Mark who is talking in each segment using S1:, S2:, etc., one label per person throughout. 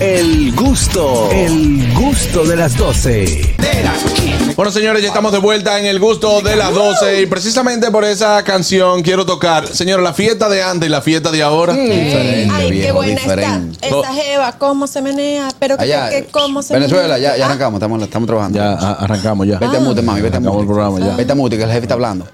S1: El gusto, el gusto de las 12.
S2: Bueno, señores, ya estamos de vuelta en el gusto de las 12 y precisamente por esa canción quiero tocar, señores, la fiesta de antes y la fiesta de ahora.
S3: Diferente,
S4: Ay, qué
S3: viejo,
S4: buena
S3: diferente.
S4: está. Esa jeva, cómo se menea, pero que,
S3: Allá,
S4: que cómo se Ah.
S3: Venezuela,
S4: menea.
S3: ya, ya arrancamos, estamos, estamos trabajando.
S2: Ya a- arrancamos ya.
S3: Vete a mute, mami, vete a
S2: Acabó
S3: mute.
S2: el programa ya.
S3: Vete a mute, que el jefe está hablando.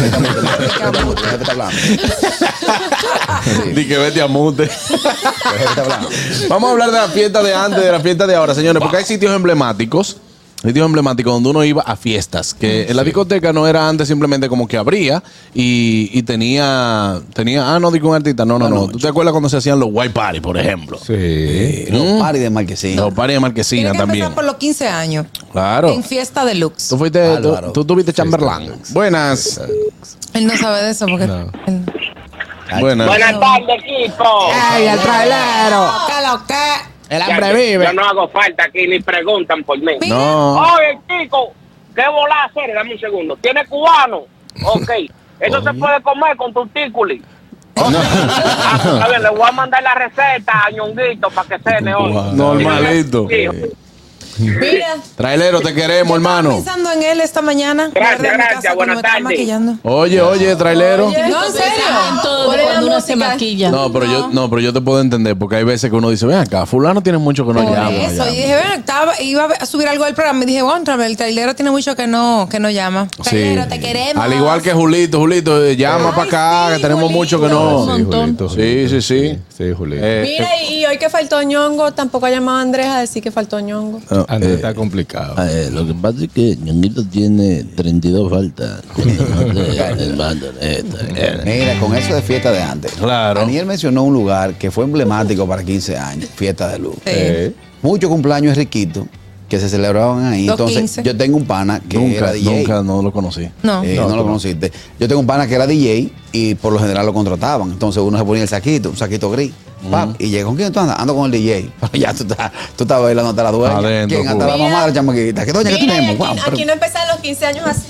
S3: Vete a mute, vete a mute, el jefe está hablando.
S2: Di que vete a mute.
S3: El jefe está hablando.
S2: Vamos a hablar de la fiesta de antes, de la fiesta de ahora, señores, porque hay sitios emblemáticos, sitios emblemáticos donde uno iba a fiestas, que en la discoteca no era antes simplemente como que abría y, y tenía, tenía, ah, no digo un artista, no, no, no. ¿Tú te acuerdas cuando se hacían los white party, por ejemplo? Eh,
S1: Sí.
S5: Mm.
S3: Los party de Marquesín.
S2: Los party de
S4: Tiene
S2: Marquesina
S4: que
S2: también.
S4: empezar por los 15 años.
S3: Oh.
S2: Claro.
S4: En fiesta deluxe.
S2: Tú fuiste, tú,
S3: Álvaro.
S2: tú tuviste Chamberlain. Buenas.
S4: Él no sabe de eso porque. él-
S2: Buenas.
S6: Buenas tardes, equipo.
S2: ¡Ey, el trailero!
S3: Oh.
S4: Loca, loca.
S2: El
S6: Ya,
S2: hambre
S6: yo-
S2: vive.
S6: Yo no Oh. hago falta aquí, ni preguntan por mí.
S2: No.
S6: Oye, chico, ¿qué volá a hacer? Dame un segundo. ¿Tiene cubano? Ok. Eso se puede comer con tortículi. A ver, le voy a mandar la receta a Ñonguito para que cene hoy.
S2: Normalito.
S6: Sí.
S4: Mira.
S2: Trailero, te queremos,
S3: Ah,
S4: Estaba
S2: hermano.
S4: pensando en él esta mañana. La
S6: Gracias,
S4: verdad, en mi
S6: gracias,
S4: casa,
S6: buenas
S4: cuando me estaba
S6: tardes.
S4: maquillando.
S2: Oye, oye, trailero.
S4: No, en serio.
S7: Todo
S4: ¿Cuál es la
S7: cuando uno se
S4: música?
S7: maquilla.
S2: No, pero yo no, pero yo te puedo entender porque hay veces que uno dice, ven acá, fulano tiene mucho
S3: Oh,
S2: que no
S4: Por
S2: llama.
S4: eso,
S2: llama".
S4: y dije, bueno, estaba, iba a subir algo al programa y dije, bueno, el trailero tiene mucho que no, que no llama.
S2: Sí.
S4: Trailero, te queremos.
S2: Al igual que Julito, Julito, eh, llama
S4: Ay,
S2: para acá,
S4: sí,
S2: que tenemos
S4: Julito.
S2: mucho que
S7: Un
S2: no.
S7: montón.
S2: Sí, sí, sí.
S1: Sí, Julito.
S2: Eh, eh,
S4: Mira, y hoy que faltó ñongo, tampoco ha llamado a Andrés a decir que faltó ñongo.
S2: no,
S1: Antes
S2: eh,
S1: está complicado.
S5: Ah, eh, lo que pasa es que Ñonguito tiene 32 faltas. Entonces, hermano, neta, eh,
S3: Mira, con eso de fiesta de antes.
S2: Claro.
S3: Daniel mencionó un lugar que fue emblemático para 15 años, fiesta de luz.
S1: Eh,
S3: Muchos cumpleaños riquitos que se celebraban ahí.
S4: Los
S3: Entonces,
S4: 15.
S3: yo tengo un pana que era
S2: nunca,
S3: DJ.
S2: nunca no lo conocí.
S4: No.
S3: Eh, no, lo conociste. Yo tengo un pana que era DJ y por lo general lo contrataban. Entonces uno se ponía el saquito, un saquito gris. pap, y llega, ¿con quién tú andas? Ando con el DJ. Pero ya tú estás, tú estás bailando hasta la dueña.
S2: Adentro,
S3: ¿Quién? Hasta la
S4: puro.
S3: mamá de la chamaquita. ¿Qué doña que
S4: Mira, y
S3: tenemos?
S4: aquí,
S3: Guau, pero-
S4: aquí no empezaron los 15 años así.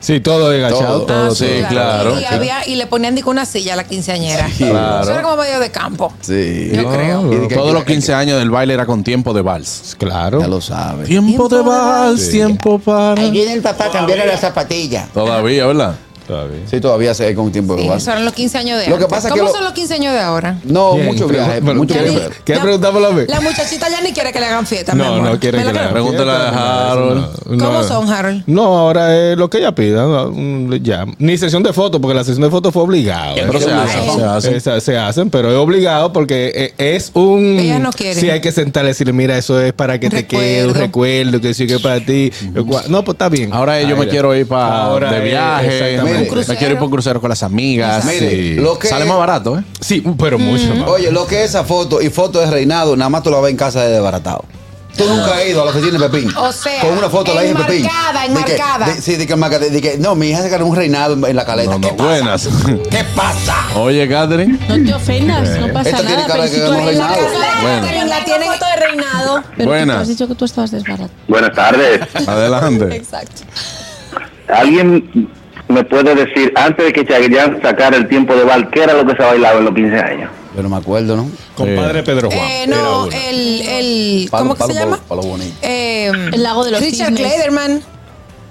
S1: Sí, todo desgachado.
S3: Todo.
S2: Ah, sí, claro.
S4: Y, y había, y le ponían digo, una silla a la quinceañera.
S2: Claro.
S4: Eso era como medio de campo.
S3: Sí.
S4: Yo creo.
S3: Y de que-
S2: Todos los 15 años del baile era con tiempo de vals.
S1: Claro.
S3: Ya lo sabes.
S2: Tiempo de vals, tiempo para.
S3: viene el papá a cambiarle las zapatillas.
S2: Todavía, ¿verdad?
S1: Está bien.
S3: Sí, todavía se ve con tiempo de
S4: Sí,
S3: jugar.
S4: eso eran los 15 años de
S3: Lo que
S4: antes.
S3: pasa es que
S4: ¿Cómo
S3: lo-
S4: son los 15 años de ahora?
S3: No,
S1: Bien,
S3: muchos
S1: pero-
S3: viajes,
S1: pero-
S3: mucho
S1: ¿qué-
S4: viaje.
S3: viaje.
S1: ¿Qué
S4: La-
S1: preguntamos la vez?
S4: La muchachita ya ni quiere que le hagan fiesta. mi
S1: No,
S4: amor.
S1: no quiere
S4: ¿Verdad
S1: que la
S4: no?
S2: Pregúntale a Harold.
S4: ¿Cómo son, Harold?
S1: eh. No, ahora es lo que ella pida. no, mm, ya. Ni sesión de fotos, porque la sesión de fotos fue obligada.
S2: Pero se hace, se hace.
S1: Eh, se- se hacen, pero es obligado porque eh, es un.
S4: Ellas no quieren.
S1: Sí, hay que sentarle y decirle, mira, eso es para que te quede un recuerdo, que sí que es para ti. No, pues está bien.
S2: Ahora yo me
S1: Mira.
S2: quiero ir para
S1: Ahora
S2: de
S1: es-
S2: viaje,
S3: Mire.
S1: exactamente.
S2: me quiero ir por crucero con las amigas.
S3: Mire,
S2: sí.
S3: lo que-
S2: Sale más barato, ¿eh?
S1: Sí, pero mucho
S4: Mm.
S1: más.
S3: Oye, lo que es esa foto y foto de reinado, nada más tú la ves en casa de desbaratado. Tú nunca has ido a la oficina de Pepín.
S4: O sea,
S3: con una foto de la hija de Pepín.
S4: enmarcada,
S3: De que-
S4: enmarcada.
S3: de- sí, de que, enmarca- de- de que, no, mi hija se ganó un reinado en la caleta.
S2: No, no,
S3: ¿Qué pasa?
S2: buenas.
S3: ¿Qué pasa?
S2: Oye, Catherine.
S7: No te ofendas, no pasa
S3: Esta tiene
S7: nada. Pero
S3: cara de
S7: si
S3: que
S7: tú
S3: ganó
S7: has-
S3: reinado.
S2: Bueno.
S4: Pero la tienen foto de reinado.
S7: pero que tú
S2: Buenas.
S7: has dicho que tú estabas desbaratado.
S8: Buenas tardes.
S2: Adelante.
S4: Exacto.
S8: ¿Alguien me puede decir, antes de que Chayanne sacara el tiempo de bal, qué era lo que se bailaba en los 15 años?
S3: Yo no me acuerdo, ¿no?
S1: Compadre Pedro Juan.
S4: Eh,
S1: era
S4: no,
S1: uno.
S4: el, el.
S3: Palo,
S4: ¿Cómo que
S3: palo,
S4: se
S3: palo,
S4: llama?
S3: palo bonito.
S4: Eh,
S7: El lago de los
S4: Richard
S7: cisnes.
S4: Kleiderman.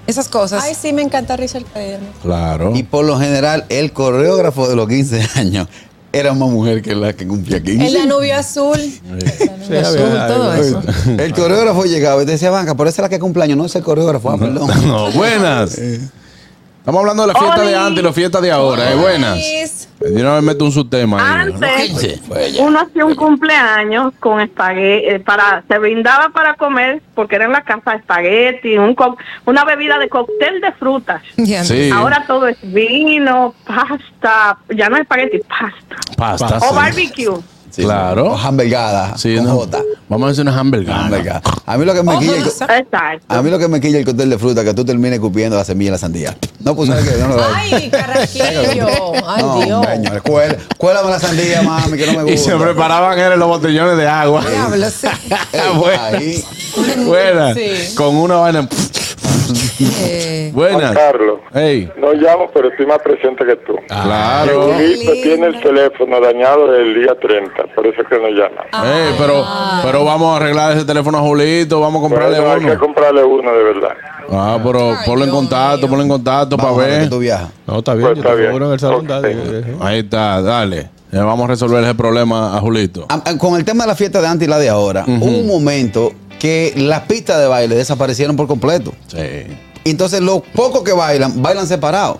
S4: Esas cosas.
S9: Ay, sí, me encanta Richard Pederman.
S2: Claro.
S3: Y por lo general, el coreógrafo de los 15 años era más mujer que la que cumplía 15.
S9: El Danubio Azul.
S1: Sí, había-
S4: Azul, todo
S1: había-
S4: eso.
S3: El coreógrafo llegaba y te decía, banca, pero esa es la que cumpleaños, no es el coreógrafo. Ah, perdón.
S2: No, buenas. Estamos hablando de la fiesta de antes y la fiesta de ahora, ¿eh? Buenas. De una vez meto un subtema. ahí.
S6: Antes, uno hacía un cumpleaños con espagueti, para, se brindaba para comer, porque era en la casa espagueti, un co- una bebida de cóctel de frutas.
S4: Ya.
S2: Sí.
S6: Ahora todo es vino, pasta, ya no es espagueti, pasta.
S2: Pasta.
S6: O
S2: sí.
S6: barbecue.
S3: Sí,
S2: Claro.
S3: O hamburgada.
S2: Sí,
S3: con
S2: no.
S3: jota.
S2: Vamos a hacer una hamburguesa.
S3: Hamburgada. A mí lo que me quilla... el-
S6: Exacto.
S2: Ah,
S3: A mí lo que me quilla el cóctel de fruta es que tú termines cupiendo la semilla de la sandía. No, pues sabes que no lo
S9: Ay, carraquillo. Ay,
S3: No,
S9: Dios.
S3: señor, cuela, cuélame la sandía, mami, que no me gusta.
S2: Y se preparaban eran los botellones de agua.
S4: Diablo, sí.
S2: Ah,
S3: Ey,
S2: Buenas.
S3: ahí.
S2: Buenas.
S9: Sí.
S2: Con una vaina.
S4: Eh,
S2: Buenas.
S10: Carlos,
S2: Hey.
S10: no llamo, pero estoy más presente que tú.
S3: Ah,
S2: Claro.
S4: Qué
S10: Cristo
S4: lindo.
S10: tiene el teléfono dañado del día 30, por eso es que no llama.
S2: Ey, pero,
S4: Ah.
S2: pero vamos a arreglar ese teléfono a Julito, vamos a comprarle
S10: Bueno, hay que
S2: uno.
S10: comprarle uno de verdad.
S2: Ah, pero
S4: Ay,
S2: ponlo en
S4: Dios
S2: contacto,
S4: mío.
S2: ponlo en contacto para
S3: Vamos a ver que
S2: ver.
S3: tú viajas.
S1: No, está bien,
S10: Pues
S1: yo
S10: está
S1: te
S10: bien.
S1: aseguro en el salón. dale,
S10: Ok.
S1: dale.
S2: Ahí está, dale. Ya vamos a resolver ese problema a Julito.
S3: Am- am- Con el tema de la fiesta de antes y la de ahora, hubo un momento que las pistas de baile desaparecieron por completo.
S2: Sí.
S3: Y Entonces, los pocos que bailan, bailan separados.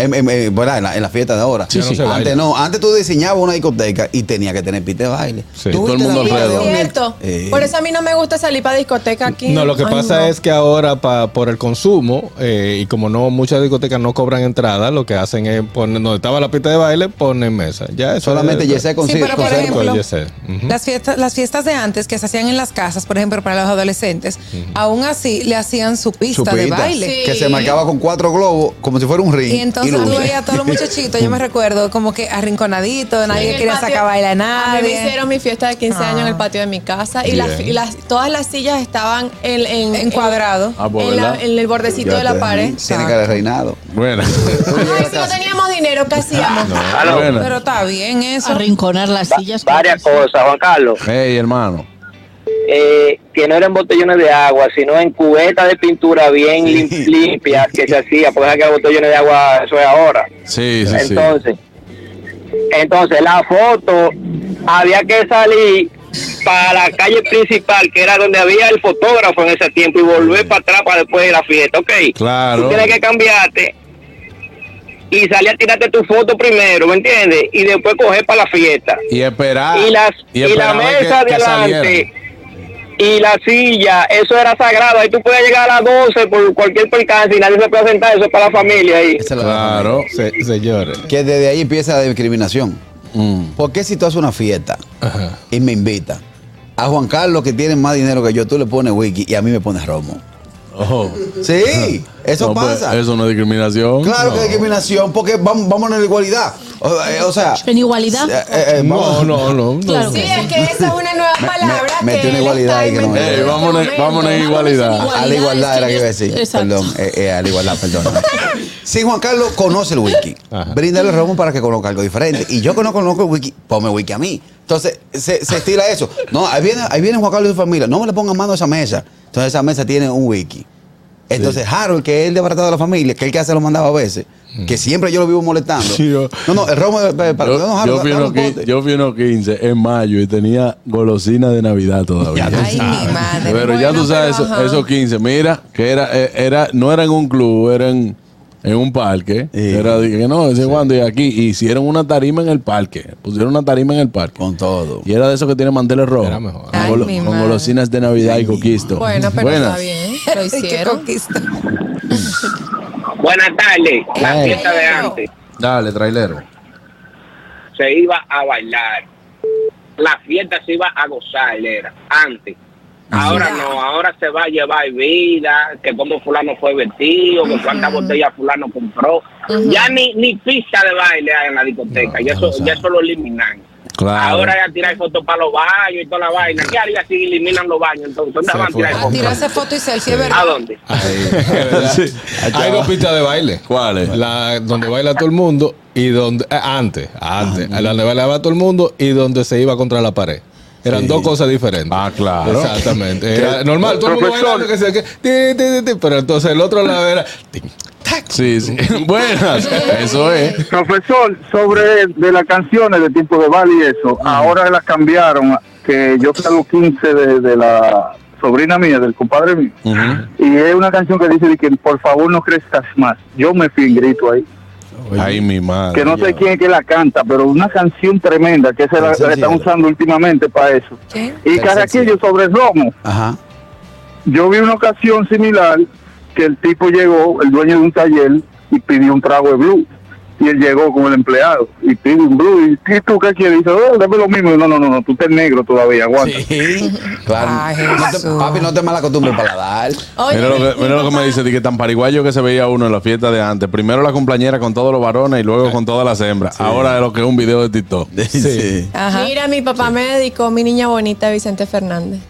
S3: En, en- en- ¿verdad? En la, en la fiesta de ahora.
S1: Sí, Ya no sí. se baila.
S3: Antes no, antes tú diseñabas una discoteca y tenía que tener pista de baile.
S1: Sí.
S3: Tú
S2: Todo el
S3: viste la
S2: mundo
S9: Sí,
S3: fiesta de
S9: es
S2: alrededor.
S3: un-
S9: cierto.
S3: Eh,
S9: Por eso a mí no me gusta salir para discoteca aquí.
S1: No, lo que
S9: Ay,
S1: pasa
S9: no.
S1: es que ahora pa- por el consumo eh, y como no muchas discotecas no cobran entrada, lo que hacen es poner donde estaba la pista de baile ponen mesa. Ya eso
S3: solamente
S1: es-
S3: Yesé consigue.
S4: pero por
S3: consigue-
S1: Con
S4: ejemplo-
S1: Yesé. Ujú.
S4: Las fiestas, las fiestas de antes que se hacían en las casas, por ejemplo, para los adolescentes, aún así le hacían su pista,
S3: su
S4: de
S3: pista,
S4: baile.
S9: Sí.
S3: Que se marcaba con cuatro globos como si fuera un ring.
S4: Y entonces
S3: lo
S4: tú
S3: usa.
S4: veías a todos los muchachitos, yo me recuerdo, como que arrinconadito,
S9: En
S4: nadie
S9: el
S4: quería
S9: patio-
S4: sacar a bailar a
S9: A mí Ah, me
S4: nadie.
S9: hicieron mi fiesta de 15 años en el
S4: Ah.
S9: patio de mi casa y, las,
S1: Bien.
S9: y las- todas las sillas estaban en, en,
S4: En cuadrado.
S2: Ah, pues,
S9: en, la-
S2: ¿verdad?
S9: en el bordecito de la
S3: Fíjate,
S9: pared.
S3: Tiene que haber reinado.
S2: Bueno.
S9: Ay, si no teníamos dinero, ¿qué hacíamos?
S8: Aló.
S2: Bueno.
S4: Pero está bien eso.
S7: Arrinconar las
S8: Va-
S7: sillas.
S8: varias cosas, Juan Carlos.
S2: Hey, hermano.
S8: Eh, que no eran botellones de agua, sino en cubetas de pintura bien lim- limpias que se hacía, porque es que los botellones de agua, eso es ahora.
S2: Sí, sí, sí.
S8: entonces, entonces la foto había que salir para la calle principal, que era donde había el fotógrafo en ese tiempo, y volver para atrás para después de la fiesta, ¿ok?
S2: Claro.
S8: Tú tienes que cambiarte y salir a tirarte tu foto primero, ¿me entiendes? Y después coger para la fiesta
S2: Y esperar.
S8: y, las, y, la
S2: esperar a ver
S8: mesa
S2: Ah, que-
S8: de
S2: que salieran.
S8: adelante y la silla, eso era sagrado. Ahí tú puedes llegar a las 12 por cualquier percance y nadie se puede sentar. Eso es para la familia ahí.
S3: Esa es la-
S2: Claro.
S1: Se- señores.
S3: Que desde ahí empieza la discriminación.
S2: Mm.
S3: ¿Por qué si tú haces una fiesta y me invita a Juan Carlos que tiene más dinero que yo, tú le pones wiki y a mí me pones romo?
S2: Ojo.
S3: Sí, eso
S2: No, pues,
S3: pasa.
S2: eso no es discriminación.
S3: Claro
S2: No.
S3: que discriminación, porque vamos, vamos a la igualdad. O, eh, o sea,
S7: En igualdad.
S3: eh, eh,
S1: No,
S3: vamos-
S1: no, no. no.
S7: Claro
S9: Sí,
S7: que
S9: es que esa es una nueva
S3: Me- me-
S9: palabra
S3: metí
S9: que
S3: una
S9: él
S3: igualdad
S9: está
S3: ahí que no me-
S9: inventando
S2: Ey, vamos
S9: en
S2: a-
S9: este
S2: vamos a
S9: momento.
S2: igualdad.
S9: Vamos
S3: A la igualdad
S7: es
S3: era que iba a
S7: yo-
S3: decir.
S7: Exacto.
S3: Perdón, eh, eh, a la igualdad, perdón. Si Juan Carlos conoce el wiki,
S1: Ajá.
S3: bríndale romo para que conozca algo diferente. Y yo que no conozco el wiki, ponme wiki a mí. Entonces, se, se estila eso. No, ahí viene, ahí viene Juan Carlos y su familia. No me le pongan mano a esa mesa. Entonces, esa mesa tiene un wiki. Entonces, Harold, que es el desbaratado de la familia, que el que hace lo mandaba a veces, que siempre Mm. yo lo vivo molestando.
S2: Sí, yo-
S3: no, no, el romo es para.
S2: Yo,
S3: no,
S2: yo,
S3: Harold,
S2: fui
S3: dame
S2: unos
S3: un
S2: quin-
S3: pote.
S2: yo fui unos 15 en mayo y tenía golosina de Navidad todavía.
S3: Ya tú
S4: Ay, sabes. mi madre.
S2: Pero ya
S4: Bueno,
S2: tú sabes,
S4: pero
S2: eso-
S4: ajá.
S2: esos 15, mira, que era, eh, era, no era en un club, era en, en un parque.
S3: Sí.
S2: Era de que no, ese cuando y aquí hicieron una tarima en el parque. Pusieron una tarima en el parque.
S3: Con todo.
S2: Y era de esos que tiene manteles rojos.
S1: Era mejor.
S2: Con,
S4: Ay,
S2: golo-
S4: mi
S2: con
S4: madre.
S2: golosinas de Navidad y coquisto.
S9: Bueno, pero
S2: Buenas.
S9: está bien. ¿Eh? Lo
S4: Ay, qué
S9: hicieron.
S4: conquista.
S6: Buenas tardes. La
S2: Ey.
S6: fiesta de antes
S2: Dale, trailero.
S6: se iba a bailar. La fiesta se iba a gozar, era antes. Ahora no, ahora se va a llevar vida, que como fulano fue vestido, que cuántas botellas fulano compró. Ya ni, ni pista de baile hay en la discoteca, ya, eso, ya eso lo eliminan.
S2: Claro.
S6: Ahora ya tirar fotos para los baños y toda la vaina. ¿Qué haría si eliminan los baños? Entonces, ¿dónde
S1: Se
S6: van a tirar
S1: fue.
S4: A
S6: fotos?
S4: tirarse Ah, foto y selfie, es
S6: ¿A
S4: ¿verdad?
S6: dónde?
S1: Sí. Hay dos pistas de baile.
S2: ¿Cuáles?
S1: La donde baila todo el mundo y donde eh, antes, antes, la donde bailaba todo el mundo y donde se iba contra la pared. Eran dos cosas diferentes.
S2: Ah, claro.
S1: Exactamente. Era normal, todo el mundo
S10: Profesor.
S1: bailando que se que, ti, ti, ti, ti, pero entonces el otro lado era tin, tac.
S2: Sí, sí. Buenas. Eso es.
S10: Profesor, sobre de las canciones de tiempo de Bali y eso, ahora las cambiaron, que yo fui a los 15 de, de la sobrina mía, del compadre mío, y es una canción que dice de que por favor no crezcas más. Yo me fui en grito ahí,
S2: Ay, mi madre.
S10: que no sé quién es que la canta, pero una canción tremenda que se la,
S3: Canción
S10: la están
S3: cielo.
S10: usando últimamente para eso.
S4: ¿Qué?
S10: Y
S3: Canción
S10: Carraquillo,
S3: cielo.
S10: sobre Romo,
S3: Ajá.
S10: yo vi una ocasión similar que el tipo llegó, el dueño de un taller, y pidió un trago de blue. Y él llegó con el empleado y pide un blue. ¿Y "¿Y tú qué quieres? Y dice, "Oh, dame lo mismo. Y, no, no, no, no, tú estás negro todavía, aguanta.
S3: Sí, claro.
S4: Ay,
S3: No te-
S4: Jesús.
S3: papi, no te mala costumbre para dar.
S9: Oye,
S2: Mira lo que,
S9: mi
S2: mira lo que
S9: papá-
S2: me dice, de que tan pariguayo que se veía uno en la fiesta de antes. Primero la compañera con todos los varones y luego con todas las hembras. Ahora es lo que es un video de TikTok.
S3: Sí.
S4: Ajá.
S9: Mira, mi papá me dedicó mi niña bonita Vicente Fernández.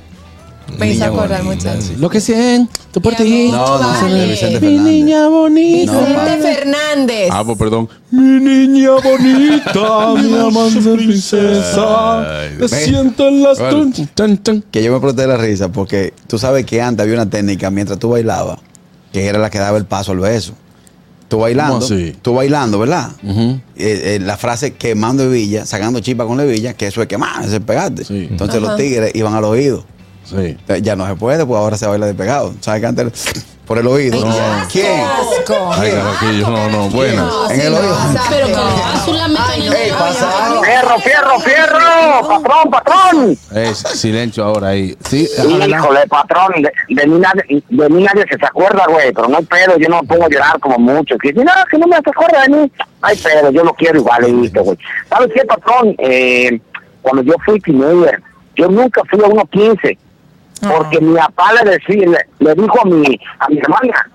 S4: Me hizo acordar, muchachos.
S2: Lo que sean, tú por ti.
S3: No, no,
S9: Vale.
S3: de Vicente
S2: Mi
S3: Fernández.
S2: niña bonita.
S9: Vicente Fernández.
S2: Ah, pues perdón. Mi niña bonita, mi amante princesa.
S3: Ay,
S2: Te
S3: ve.
S2: siento en las
S3: Bueno.
S2: tun- tan, tan.
S3: Que yo me exploté de la risa porque tú sabes que antes había una técnica mientras tú bailabas, que era la que daba el paso al beso. Tú bailando,
S2: así?
S3: tú bailando, ¿verdad? Eh, eh, la frase quemando hebilla, sacando chispa con la hebilla, que eso es quemar, eso es pegarte.
S2: Sí.
S3: Entonces los
S4: Ajá.
S3: tigres iban al oído.
S2: Sí.
S3: Eh, Ya no se puede, pues ahora se baila de pegado. ¿Sabes que antes era por el oído? ¿Quién?
S4: Asco.
S2: Ay, carajillo, no, no, bueno.
S3: En el oído.
S7: Pero que Azul la meto en el
S3: Ey, pasaron.
S6: Fierro, fierro, fierro, patrón, patrón.
S2: Eh, silencio ahora ahí. Sí, adelante.
S6: Híjole, patrón, de, de mí nadie, de mí nadie se acuerda, güey, pero no hay pedo, yo no me pongo a llorar como muchos. Que dicen, no, que no me se acuerda de mí. Ay, pedo, yo lo quiero igualito, güey. ¿Sabes qué, patrón? Eh, cuando yo fui teenager, yo nunca fui a 1.15, porque mi papá le, decía, le, le dijo a mi, a mi hermana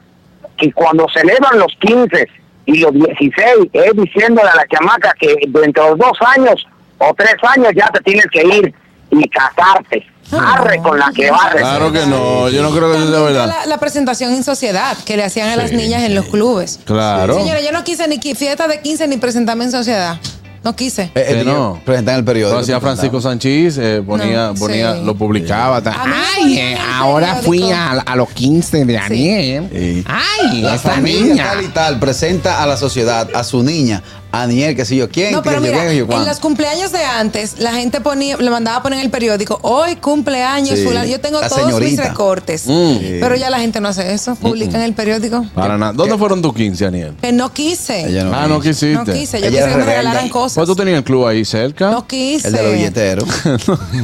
S6: que cuando celebran los 15 y los 16, es diciéndole a la chamaca que dentro de dos años o tres años ya te tienes que ir y casarte. Arre con la que barres.
S2: Claro que no, yo no creo que eso sea
S4: También
S2: verdad.
S4: la, la presentación en sociedad que le hacían a las
S1: Sí,
S4: niñas en los clubes.
S2: Claro.
S4: Señora, yo no quise ni qui- fiesta de 15 ni presentarme en sociedad. No quise.
S3: Eh, eh,
S2: Que no.
S3: Presentan el periódico.
S2: Lo hacía Francisco Sánchez, eh, ponía,
S4: No,
S2: ponía,
S4: sí. Ah,
S2: lo publicaba. tal.
S4: A mí me
S2: Ay,
S4: ponían
S2: eh,
S4: el
S2: ahora
S4: periódico.
S2: fui a, a los 15 de Aniel.
S3: Sí.
S2: Ay,
S3: La
S2: esta
S3: familia
S2: niña.
S3: tal y tal presenta a la sociedad, a su niña, a Niel, qué sé yo, quién,
S4: No,
S3: que
S4: pero
S3: yo
S4: mira,
S3: quién, que yo
S4: en
S3: cuándo.
S4: los cumpleaños de antes, la gente ponía, le mandaba a poner en el periódico, hoy cumpleaños,
S3: Sí,
S4: fulano. Yo tengo
S3: la
S4: todos mis
S3: señorita.
S4: recortes.
S3: Sí.
S4: Pero ya la gente no hace eso, publica en el periódico.
S2: Para nada. ¿Dónde fueron tus 15, Aniel?
S4: Que no quise.
S3: Ella
S2: ah, no quisiste.
S4: no quise. Yo
S3: Ella
S4: quise que me
S3: rebelde.
S4: regalaran cosas.
S2: ¿Cuánto tenía el club ahí cerca?
S4: No quise.
S3: El de los billeteros.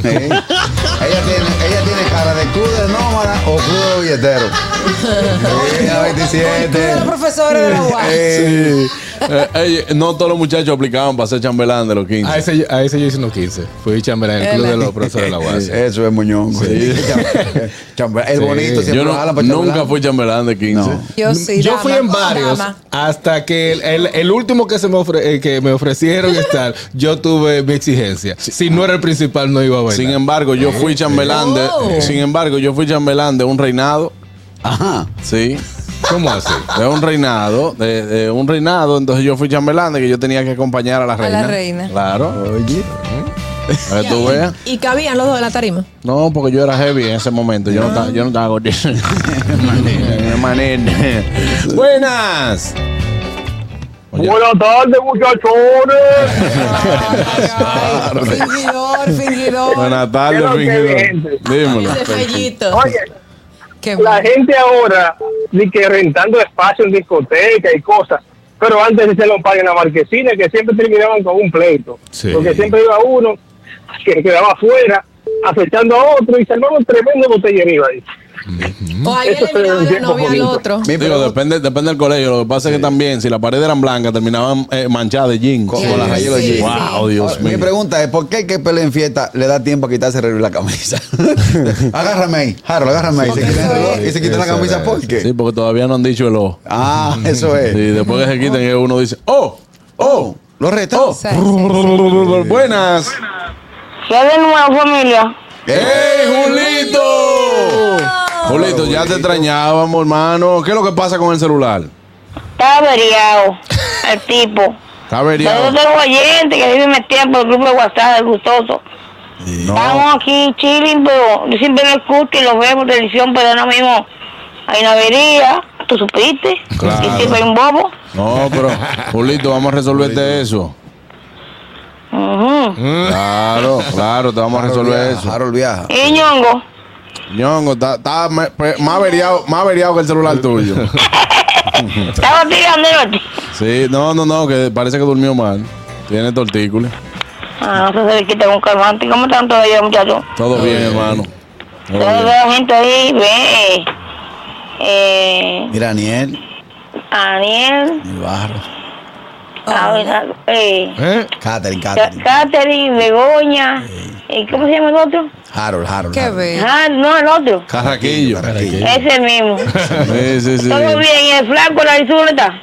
S3: Sí. ella, tiene, ella tiene cara de club de nómada o club de billetero. Sí,
S4: Todos
S3: a
S4: los
S3: 27.
S4: profesores de la UAS.
S2: Sí. Eh, ey, no todos los muchachos aplicaban para ser chambelán de los 15.
S1: A ese, yo- a ese yo hice unos 15. Fui chambelán en el club de los profesores de la UAS.
S3: Eso es Muñón.
S2: Sí.
S3: El
S1: Sí.
S3: bonito siempre
S2: yo no-
S3: jala pa'
S2: nunca
S3: chambelán.
S2: fui chambelán de 15.
S3: No.
S4: Yo sí.
S1: Yo
S4: dama,
S1: fui en varios
S4: dama.
S1: hasta que el, el- el último que se me ofre- eh, que me ofrecieron estar, yo tuve mi exigencia. Si no era el principal no iba a
S2: Sin em-
S1: bailar.
S2: embargo, yo fui chambelán de.
S4: Oh.
S2: Sin embargo, yo fui chambelán de un reinado.
S3: Ajá.
S2: Sí.
S1: ¿Cómo así?
S2: De un reinado, de, de un reinado, entonces yo fui chambelán de que yo tenía que acompañar a la reina.
S4: la reina.
S2: Claro.
S3: Oye.
S2: Para que tú veas.
S9: Y cabían los dos en la tarima.
S2: No, porque yo era heavy en ese momento. Yo no, estaba- yo no estaba gordito. De manera. Buenas.
S6: Buenas tardes, muchachones.
S4: Ay, ay, fingidor, fingidor.
S2: Buenas tardes,
S6: Quiero que
S2: fingidor. Dímelo.
S9: Ese fellito.
S6: Oye,
S4: Qué
S6: la
S4: bueno.
S6: gente ahora dice que rentando espacio en discoteca y cosas, pero antes sí se lo pagan a marquesina, que siempre terminaban con un pleito.
S1: Sí.
S6: Porque siempre iba uno que quedaba afuera, afectando a otro y se armaba un tremendo botellerío ahí.
S9: O alguien le miraba la novia al otro.
S3: Mi
S2: Digo, depende, depende del colegio. Lo que pasa es que también, si las paredes eran blancas, terminaban eh, manchadas de jean.
S3: Como
S2: Sí.
S3: las rayas de los jeans.
S2: Wow, Dios
S3: Ahora, Mi
S2: mío.
S3: pregunta es, ¿por qué el que pelea en fiesta le da tiempo a quitarse el reloj y la camisa? agárrame ahí, Harold, agárrame ahí. Se quita el reloj y se quita la
S1: Eso
S3: camisa,
S1: es.
S3: ¿por qué?
S2: Sí, porque todavía no han dicho el oh. ojo.
S3: Ah, eso
S2: Y
S3: es.
S2: después que se quiten, que uno dice, ¡Oh! ¡Oh!
S3: ¿Lo reta?
S2: ¡Oh!
S4: Sí, sí,
S2: Buenas.
S9: ¿Qué de nuevo, familia?
S2: ¡Ey, ¡Eh, Julito! Julito, ya te
S3: Julito.
S2: extrañábamos, hermano. ¿Qué es lo que pasa con el celular?
S9: Está averiado el tipo.
S2: Está averiado.
S9: tengo oyente que vive metido por el grupo de WhatsApp, el gustoso.
S2: No.
S9: aquí chilling, pero yo siempre lo escucho y lo veo por televisión, pero ahora mismo hay una avería, tú supiste,
S2: Claro. Y siempre hay
S9: un bobo.
S2: No, pero, Julito, vamos a resolverte eso. Claro, claro, te vamos a
S3: Harold
S2: resolver
S3: viaja,
S2: eso.
S3: Harold viaja.
S9: Y ñongo.
S2: Ñongo, está, está me- pe- más averiado, más averiado que el celular tuyo.
S9: Estaba tirando el
S2: Sí, no, no, no, que parece que durmió mal. Tiene tortícolis.
S9: Ah, no sé si quita con calmante. ¿Cómo están todavía, muchachos?
S2: Todo bien, hermano. Todo
S9: Yo
S2: bien.
S9: veo gente ahí, ve. Eh,
S3: Mira, Aniel,
S9: Daniel,
S3: el barro.
S9: ahora, eh,
S1: ¿Eh?
S3: Catherine,
S9: Ca-
S3: Catherine.
S9: Catherine, Begoña. ¿Y cómo se llama el otro?
S3: Harold, Harold.
S4: Qué
S3: Harold.
S4: bello.
S9: Ah, no, el otro.
S2: Carraquillo.
S3: Carraquillo.
S9: Ese mismo.
S2: Sí, sí, sí.
S9: Todo bien. ¿Y el flaco Larizú dónde está?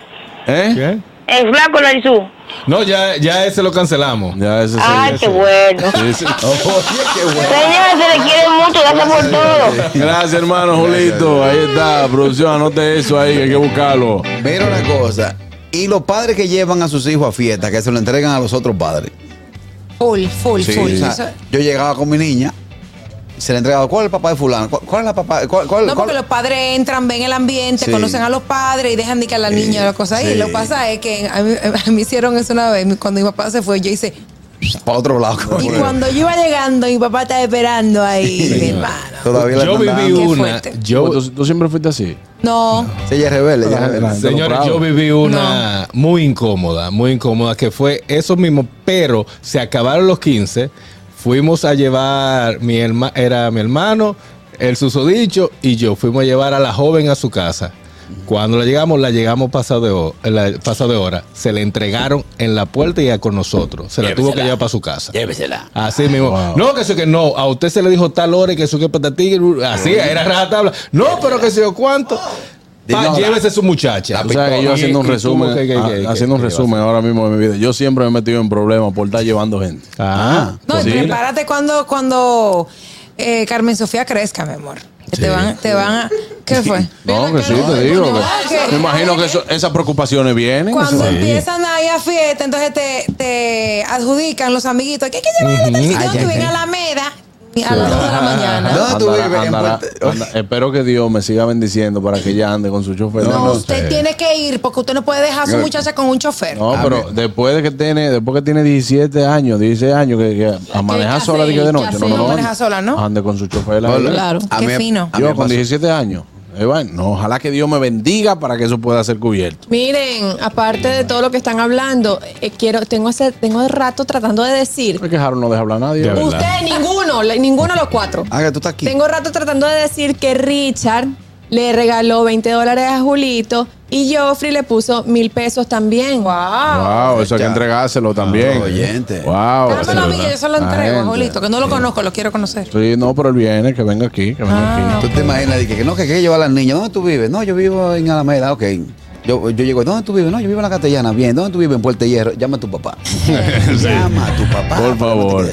S2: ¿Eh?
S1: ¿Qué?
S9: El flaco Larizú.
S1: No, ya, ya ese lo cancelamos.
S2: Ya, ese sí,
S9: Ay,
S2: ese.
S9: qué bueno.
S2: Sí, sí.
S3: Oye, qué bueno.
S9: Señores, se le quiere mucho. Gracias por todo.
S2: Gracias, hermano Julito. Ahí está, producción, anote eso ahí, que hay que buscarlo.
S3: Mira una cosa. Y los padres que llevan a sus hijos a fiestas, que se lo entregan a los otros padres.
S4: Full, full,
S3: Sí,
S4: full.
S3: o sea,
S4: Eso-
S3: yo llegaba con mi niña, se le entregaba, ¿cuál es el papá de fulano? ¿Cuál, cuál es la papá? ¿Cuál, cuál,
S4: no,
S3: cuál-
S4: porque los padres entran, ven el ambiente,
S3: Sí.
S4: conocen a los padres y dejan de que a la niña la cosa ahí.
S3: sí.
S4: Lo que pasa es que a mí, a mí hicieron eso una vez. Cuando mi papá se fue, yo hice.
S3: Para otro lado.
S4: Y cuando yo iba llegando, mi papá estaba esperando ahí, mi hermano.
S3: Todavía
S1: Yo viví
S4: Qué
S1: una.
S4: fuerte.
S1: Yo,
S2: Pues, ¿Tú, tú siempre fuiste así.
S4: No.
S3: ella es rebelde. ella es rebelde.
S1: Señores, yo viví una muy incómoda, muy incómoda, que fue eso mismo, pero se acabaron los 15, fuimos a llevar, mi herma, era mi hermano, el susodicho y yo, fuimos a llevar a la joven a su casa. Cuando la llegamos, la llegamos pasado de, ho- la, pasado de hora. Se la entregaron en la puerta y a con nosotros. Se la tuvo que llevar para su casa.
S5: Llévesela.
S1: Así mismo. No, que eso que no. A usted se le dijo tal hora y que eso que patatí. Así, era rajatabla. No, pero que sé yo cuánto. Pa,
S3: Dinos la-
S1: llévese su muchacha.
S2: O sea, que yo haciendo un
S1: Y- y tú,
S2: resumen,
S1: ¿qué, qué,
S2: ha-
S1: qué, qué,
S2: haciendo un
S1: qué
S2: resumen ahora mismo de mi vida. Yo siempre me he metido en problemas por estar llevando gente.
S1: vas a hacer? Ah,
S4: No, y
S1: sí.
S4: prepárate cuando, cuando eh, Carmen Sofía crezca, mi amor. Que Te van, te van a. ¿Qué fue?
S2: No, que sí,
S4: No,
S2: te digo. que-
S4: ah, que-
S2: me imagino que eso- esas preocupaciones vienen.
S4: Cuando
S2: eso-
S4: empiezan ahí a fiesta, entonces te, te adjudican los amiguitos. ¿Qué hay que llevar a la televisión?
S3: Ay,
S4: Que
S3: ay,
S4: ven
S3: ay.
S4: a la meda a las 2 de la mañana.
S3: No, tú
S2: Andará-
S3: vives en
S2: andará-
S3: Puerto-
S2: anda- espero que Dios me siga bendiciendo para que ella ande con su chofer.
S4: No,
S2: No,
S4: usted
S1: sé.
S4: tiene que ir porque usted no puede dejar a su muchacha con un chofer.
S2: no, pero después de que tiene, después que tiene 17 años, 16 años, que, que a manejar
S5: hace-
S2: sola de que de
S5: qué
S2: noche.
S5: hace?
S2: No, no,
S5: No
S2: ande.
S4: maneja sola, ¿no?
S2: Ande con su chofer. la
S3: Bueno,
S2: verdad.
S4: Claro,
S3: a
S4: qué
S3: mí-
S4: fino.
S3: a mí
S2: Yo
S3: me
S2: con
S3: pasó.
S2: 17 años. eh, bueno, no, ojalá que Dios me bendiga para que eso pueda ser cubierto.
S7: Miren, aparte de todo lo que están hablando, eh, quiero, tengo hace, tengo de rato tratando de decir.
S2: Porque Harold no deja hablar a nadie.
S1: Ya, ¿verdad?
S7: Usted, ninguno, la- ninguno de los cuatro.
S3: Ah, que tú estás aquí.
S7: Tengo rato tratando de decir que Richard le regaló 20 dólares a Julito y Joffrey le puso mil pesos también.
S2: Wow, eso hay que
S3: Ya.
S2: entregárselo también.
S3: oyente.
S2: Wow.
S4: Dámelo a mí que yo se lo
S2: La
S4: entrego,
S2: gente.
S4: Jolito, que no lo conozco, lo quiero conocer.
S2: Sí, no, pero él viene, que venga aquí, que venga
S4: Ah,
S2: aquí.
S3: ¿Tú te imaginas? Dije, que no, que hay que llevar a las niñas. ¿Dónde tú vives? No, yo vivo en Alameda, ok. Yo, yo llego, ¿dónde tú vives? No, yo vivo en la Castellana. Bien, ¿dónde tú vives? En Puerto Hierro. Llama a tu papá. Llama a tu papá.
S2: Por favor.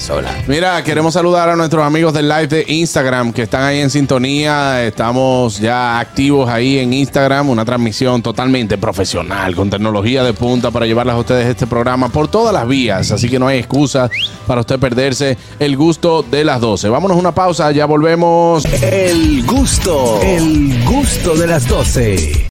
S2: Mira, queremos saludar a nuestros amigos del live de Instagram que están ahí en sintonía. Estamos ya activos ahí en Instagram. Una transmisión totalmente profesional con tecnología de punta para llevarles a ustedes este programa por todas las vías. Así que no hay excusas para usted perderse el gusto de las 12. Vámonos a una pausa, ya volvemos.
S11: El gusto, el gusto de las 12.